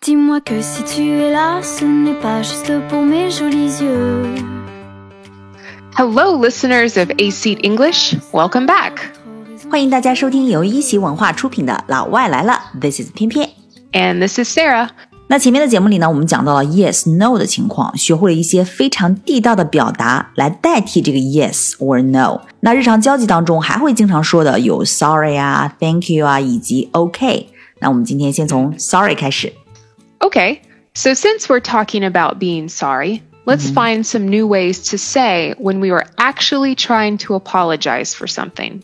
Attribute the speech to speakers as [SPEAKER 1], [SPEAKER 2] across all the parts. [SPEAKER 1] Dis-moi que si tu es là, ce n'est pas juste pour mes jolis yeux.
[SPEAKER 2] Hello, listeners of A Seat English. Welcome back.
[SPEAKER 3] 欢迎大家收听由一席文化出品的《老外来了》，This is 偏偏。
[SPEAKER 2] And this is Sarah.
[SPEAKER 3] 那前面的节目里呢，我们讲到了 yes no 的情况，学会了一些非常地道的表达来代替这个 yes or no。那日常交际当中还会经常说的有 sorry 啊、thank you 啊以及 OK。那我们今天先从 sorry 开始。
[SPEAKER 2] Okay, so since we're talking about being sorry, let's find some new ways to say when we were actually trying to apologize for something.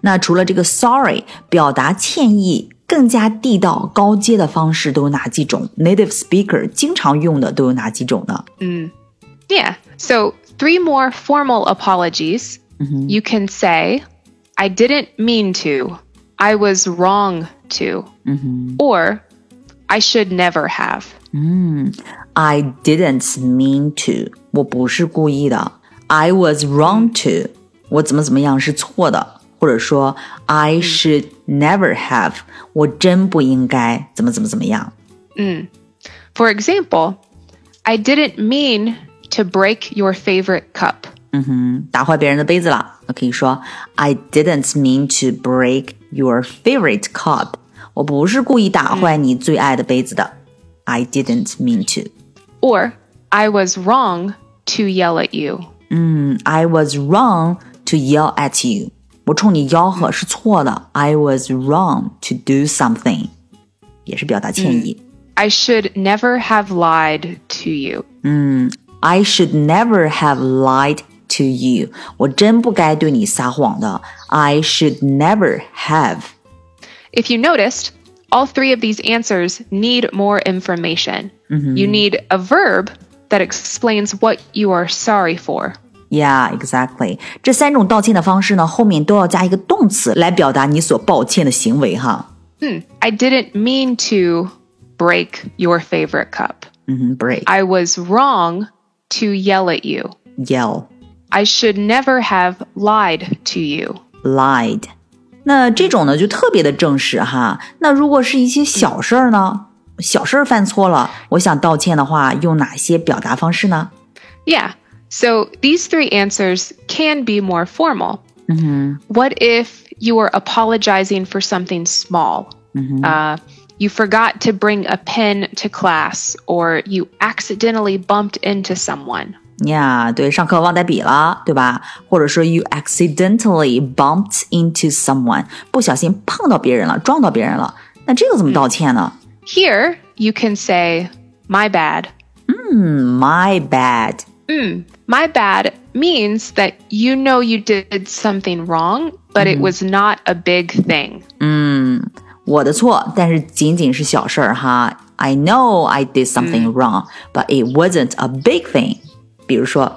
[SPEAKER 3] 那除了这个 sorry 表达歉意，更加地道高阶的方式都有哪几种？Native speaker 经常用的都有哪几种呢？
[SPEAKER 2] Yeah, so three more formal apologies. You can say, I didn't mean to, I was wrong to, or I should never have.
[SPEAKER 3] I didn't mean to，我不是故意的。I was wrong to，我怎么怎么样是错的，或者说 I should never have，我真不应该怎么怎么怎么样。
[SPEAKER 2] For example, I didn't mean to break your favorite cup.
[SPEAKER 3] 嗯打坏别人的杯子了，我可以说 I didn't mean to break your favorite cup，我不是故意打坏你最爱的杯子的。I didn't mean to。
[SPEAKER 2] Or, I was wrong to yell at you.
[SPEAKER 3] I was wrong to yell at you. 我冲你吆喝是错的。I was wrong to do something，也是表达歉意。
[SPEAKER 2] I should never have lied to you.
[SPEAKER 3] I should never have lied to you. 我真不该对你撒谎的。I should never have。
[SPEAKER 2] If you noticed, all three of these answers need more information. You need a verb that explains what you are sorry for.
[SPEAKER 3] Yeah, exactly. 这三种道歉的方式呢，后面都要加一个动词来表达你所抱歉的行为哈。
[SPEAKER 2] I didn't mean to break your favorite cup.
[SPEAKER 3] 嗯，break,
[SPEAKER 2] I was wrong to yell at you.
[SPEAKER 3] yell,
[SPEAKER 2] I should never have lied to you.
[SPEAKER 3] lied。那这种呢就特别的正式哈。那如果是一些小事儿呢，小事儿犯错了，我想道歉的话，用哪些表达方式呢？
[SPEAKER 2] Yeah. So these three answers can be more formal. What if you were apologizing for something small? Uh, you forgot to bring a pen to class, or you accidentally bumped into someone.
[SPEAKER 3] 呀、对，上课忘带笔了，对吧？或者说 you accidentally bumped into someone，不小心碰到别人了，撞到别人了，那这个怎么道歉呢？
[SPEAKER 2] Here, you can say, My bad.
[SPEAKER 3] My bad.
[SPEAKER 2] My bad means that you know you did something wrong, but it was not a big thing.
[SPEAKER 3] 我的错，但是仅仅是小事儿哈。I know I did something wrong, but it wasn't a big thing. 比如说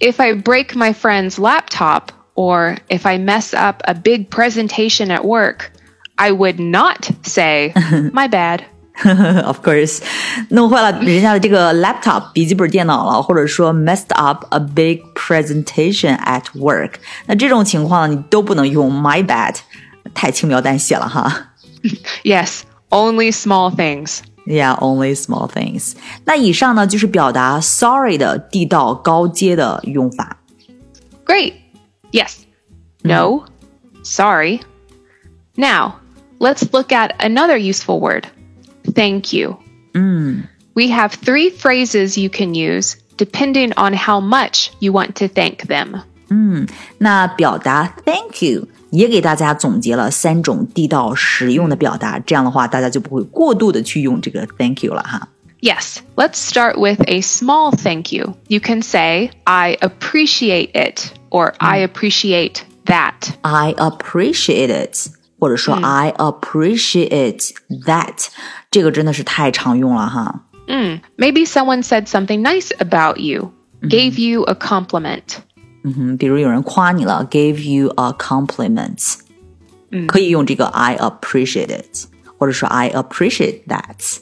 [SPEAKER 2] if I break my friend's laptop or if I mess up a big presentation at work, I would not say, my bad.
[SPEAKER 3] ，of course，弄坏了人家的这个 laptop 笔记本电脑了，或者说 messed up a big presentation at work。那这种情况你都不能用 my bad，太轻描淡写了哈。
[SPEAKER 2] Yes, only small things.
[SPEAKER 3] Yeah, only small things. 那以上呢就是表达 sorry 的地道高阶的用法。
[SPEAKER 2] Great. Yes. No. Sorry. Now, let's look at another useful word thank you. We have three phrases you can use depending on how much you want to thank them.
[SPEAKER 3] 那表达 thank you 也给大家总结了三种地道实用的表达，这样的话大家就不会过度的去用这个 thank you 了哈。
[SPEAKER 2] Yes, let's start with a small thank you. You can say, I appreciate it, or I appreciate that.
[SPEAKER 3] I appreciate it，或者说、I appreciate that，这个真的是太常用了哈。
[SPEAKER 2] Maybe someone said something nice about you, gave you a compliment.
[SPEAKER 3] 嗯，比如有人夸你了，gave you a compliment，、可以用这个 I appreciate it，或者说 I appreciate that，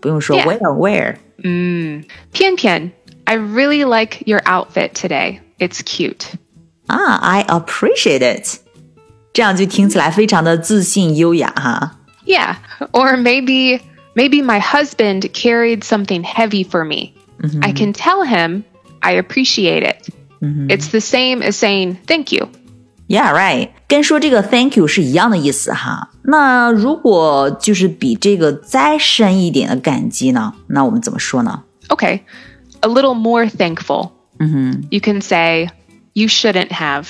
[SPEAKER 3] 不用说
[SPEAKER 2] Yeah
[SPEAKER 3] where where。
[SPEAKER 2] Pian Pian, I really like your outfit today. It's cute.
[SPEAKER 3] 啊，I appreciate it，这样就听起来非常的自信优雅哈。
[SPEAKER 2] Yeah, or maybe Maybe my husband carried something heavy for me. I can tell him I appreciate it. It's the same as saying thank you.
[SPEAKER 3] Yeah, right，跟说这个 thank you 是一样的意思哈。那如果就是比这个再深一点的感激呢，那我们怎么说呢？
[SPEAKER 2] Okay, a little more thankful.
[SPEAKER 3] 嗯哼，
[SPEAKER 2] You can say, you shouldn't have.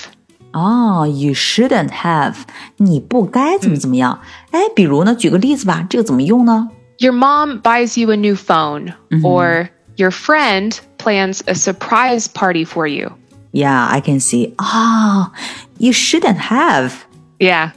[SPEAKER 3] 哦、y o u shouldn't have，你不该怎么怎么样。哎，比如呢，举个例子吧，这个怎么用呢？
[SPEAKER 2] Your mom buys you a new phone, or your friend plans a surprise party for you.
[SPEAKER 3] Yeah, I can see. 啊、y o u shouldn't have.
[SPEAKER 2] Yeah.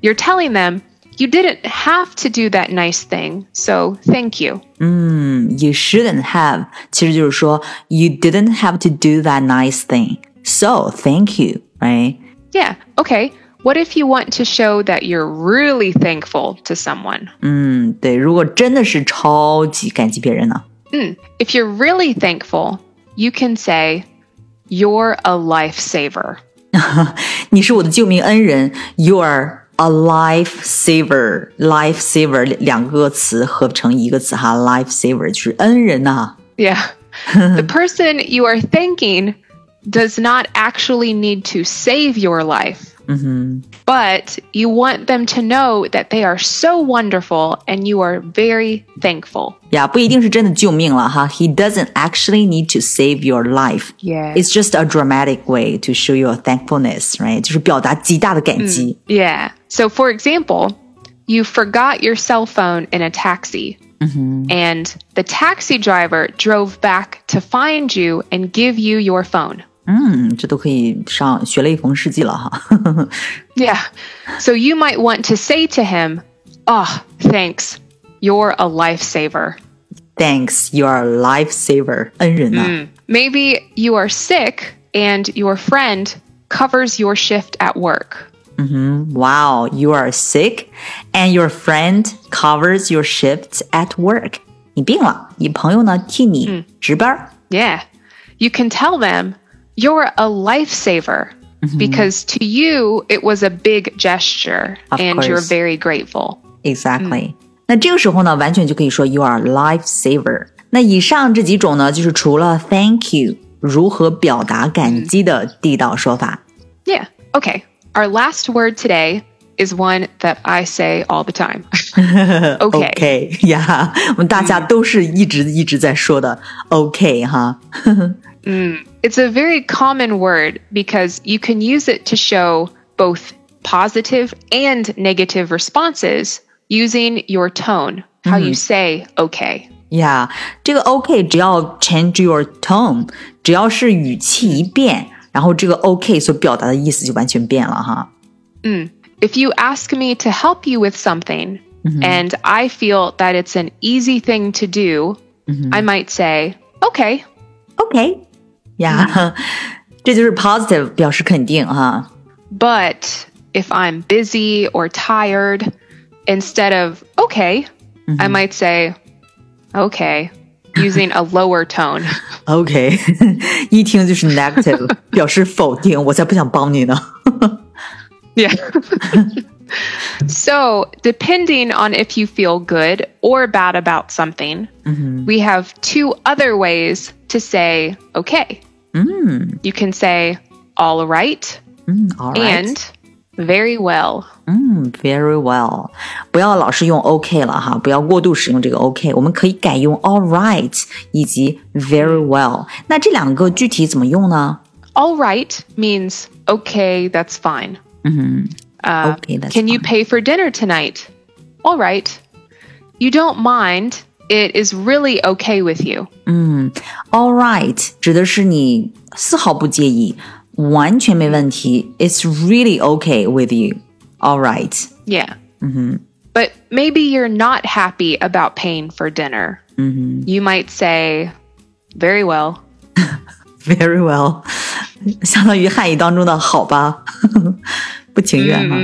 [SPEAKER 2] You're telling them you didn't have to do that nice thing, so thank you.
[SPEAKER 3] 嗯，You shouldn't have，其实就是说 You didn't have to do that nice thing. So thank you. Right?
[SPEAKER 2] Yeah. Okay. What if you want to show that you're really thankful to someone?
[SPEAKER 3] 嗯，对，如果真的是超级感激别人呢？
[SPEAKER 2] If you're really thankful, you can say, You're a lifesaver.
[SPEAKER 3] 你是我的救命恩人，You are a life saver。life saver 两个词合成一个词哈，life saver 就是恩人呐、
[SPEAKER 2] Yeah. the person you are thanking does not actually need to save your life. But you want them to know that they are so wonderful and you are very thankful.
[SPEAKER 3] 呀，不一定是真的救命了哈。He doesn't actually need to save your life.
[SPEAKER 2] Yeah.
[SPEAKER 3] It's just a dramatic way to show your thankfulness, right？就是表达极大的感激。
[SPEAKER 2] Yeah. So, for example, you forgot your cell phone in a taxi, and the taxi driver drove back to find you and give you your phone.
[SPEAKER 3] 嗯，这都可以上学类逢世纪了哈。
[SPEAKER 2] Yeah. So, you might want to say to him, Oh, thanks. You're a lifesaver.
[SPEAKER 3] Thanks, you are a lifesaver，恩人呐、
[SPEAKER 2] Maybe you are sick and your friend covers your shift at work.
[SPEAKER 3] Wow, you are sick and your friend covers your shifts at work. 你病了，你朋友呢替你值班儿。
[SPEAKER 2] Yeah. You can tell them you're a lifesaver
[SPEAKER 3] Mm-hmm.
[SPEAKER 2] because to you, it was a big gesture
[SPEAKER 3] Of
[SPEAKER 2] and you're
[SPEAKER 3] course.
[SPEAKER 2] very grateful.
[SPEAKER 3] Exactly. 那这个时候呢，完全就可以说 you are a lifesaver。那以上这几种呢，就是除了 thank you 如何表达感激的地道说法。
[SPEAKER 2] Yeah. Okay. Our last word today is one that I say all the time. okay.
[SPEAKER 3] OK 呀、我们大家都是一直一直在说的 OK 哈。
[SPEAKER 2] It's a very common word because you can use it to show both positive and negative responses using your tone, how you say okay.
[SPEAKER 3] Yeah，这个 OK 只要 change your tone，只要是语气一变，然后这个 OK 所表达的意思就完全变了哈。
[SPEAKER 2] If you ask me to help you with something and I feel that it's an easy thing to do, I might say, okay.
[SPEAKER 3] OK，呀、yeah,
[SPEAKER 2] 嗯
[SPEAKER 3] 这就是 positive 表示肯定哈。
[SPEAKER 2] But if I'm busy or tired, instead of okay, I might say, okay, using a lower tone.
[SPEAKER 3] OK，一 听就 是 negative 表示否定，我才不想帮你呢。
[SPEAKER 2] Yeah. so, depending on if you feel good or bad about something,
[SPEAKER 3] Mm-hmm.
[SPEAKER 2] we have two other ways to say okay. You can say all right
[SPEAKER 3] 嗯，All right，
[SPEAKER 2] and very well.
[SPEAKER 3] 嗯，very well，不要老是用 OK 了哈，不要过度使用这个 OK，我们可以改用 All right 以及 very well。那这两个具体怎么用呢？
[SPEAKER 2] All right means okay, that's fine.
[SPEAKER 3] OK，that's
[SPEAKER 2] 呃 Can you
[SPEAKER 3] fine.
[SPEAKER 2] pay for dinner tonight? All right. You don't mind. It is really okay with you.
[SPEAKER 3] All right 指的是你丝毫不介意，完全没问题。It's really okay with you. All right.
[SPEAKER 2] Yeah. But maybe you're not happy about paying for dinner. You might say, very well.
[SPEAKER 3] Very well. 相当于汉语当中的好吧， 不情愿哈。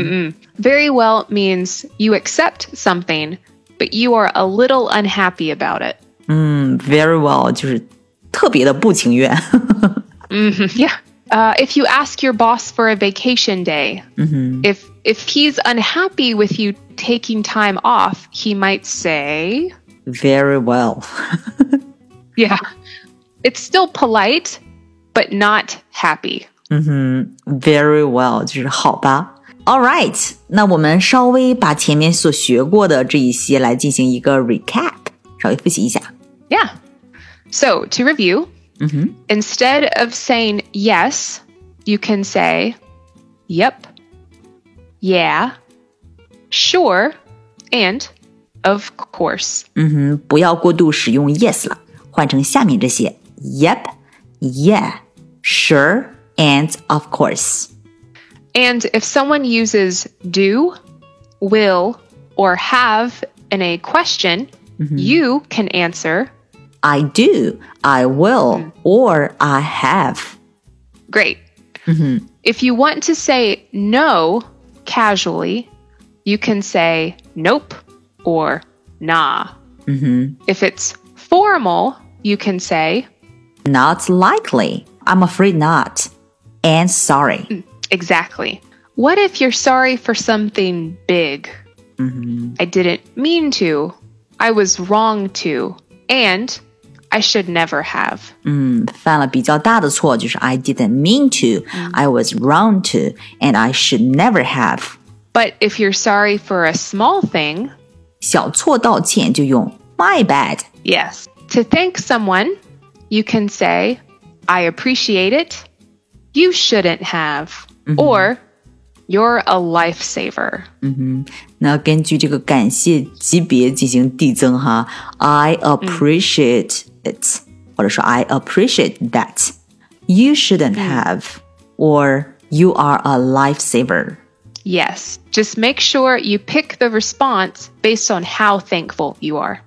[SPEAKER 2] Very well means you accept something, but you are a little unhappy about it.
[SPEAKER 3] 嗯，very well 就是特别的不情愿。
[SPEAKER 2] Yeah. Uh, if you ask your boss for a vacation day, if if he's unhappy with you taking time off, he might say,
[SPEAKER 3] very well.
[SPEAKER 2] Yeah. It's still polite, but not happy.
[SPEAKER 3] 嗯哼，very well 就是好吧。All right，那我们稍微把前面所学过的这一些来进行一个 recap，稍微复习一下。
[SPEAKER 2] Yeah. So to review, instead of saying yes, you can say yep, yeah, sure, and of course.
[SPEAKER 3] 嗯哼，不要过度使用 yes 了，换成下面这些：yep、yeah、sure and of course。
[SPEAKER 2] And if someone uses do, will, or have in a question, you can answer
[SPEAKER 3] I do, I will, or I have。
[SPEAKER 2] Great. If you want to say no casually, you can say nope or nah. If it's formal, you can say
[SPEAKER 3] Not likely. I'm afraid not. And sorry.
[SPEAKER 2] exactly. What if you're sorry for something big? I didn't mean to. I was wrong to. And I should never have.
[SPEAKER 3] 犯了比较大的错，就是 I didn't mean to, I was wrong to, and I should never have.
[SPEAKER 2] But if you're sorry for a small thing,
[SPEAKER 3] 小错道歉就用 my bad.
[SPEAKER 2] Yes. To thank someone, you can say, I appreciate it. You shouldn't have. Or, you're a lifesaver.
[SPEAKER 3] 那根据这个感谢级别进行递增哈，I appreciate it，、或者说 I appreciate that. You shouldn't have, or you are a lifesaver.
[SPEAKER 2] Yes. Just make sure you pick the response based on how thankful you are.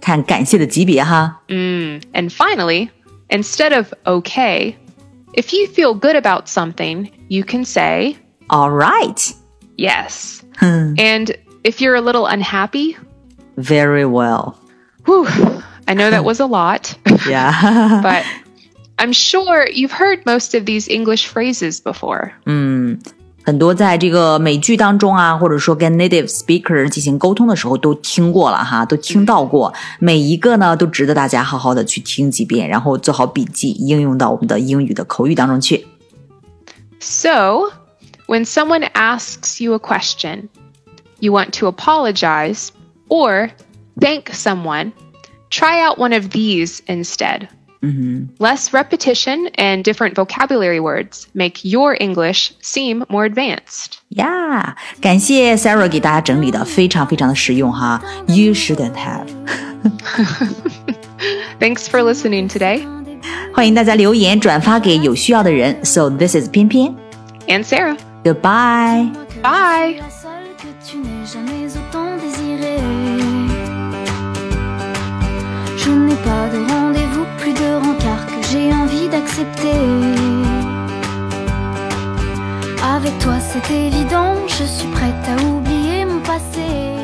[SPEAKER 3] 看感谢的级别哈。
[SPEAKER 2] And finally, instead of okay, if you feel good about something, you can say
[SPEAKER 3] All right.
[SPEAKER 2] yes. And if you're a little unhappy,
[SPEAKER 3] Very well.
[SPEAKER 2] whew, I know that was a lot.
[SPEAKER 3] Yeah.
[SPEAKER 2] but I'm sure you've heard most of these English phrases before.
[SPEAKER 3] 很多在这个美剧当中啊，或者说跟 native speaker 进行沟通的时候，都听过了哈，都听到过。每一个呢，都值得大家好好的去听几遍，然后做好笔记，应用到我们的英语的口语当中去。
[SPEAKER 2] So, when someone asks you a question, you want to apologize or thank someone, try out one of these instead. Less repetition and different vocabulary words make your English seem more advanced.
[SPEAKER 3] 呀、感谢 Sarah 给大家整理的非常非常的实用哈。You shouldn't have。
[SPEAKER 2] Thanks for listening today.
[SPEAKER 3] 欢迎大家留言转发给有需要的人。So this is 偏偏
[SPEAKER 2] And Sarah.
[SPEAKER 3] Goodbye。
[SPEAKER 2] Bye.
[SPEAKER 1] Bye. La seule que tu n'aies jamais autant désiré. Je n'ai pas de rendez-vous, plus de rencard que j'ai envie d'accepter. Avec toi, c'est évident, je suis prête à oublier mon passé.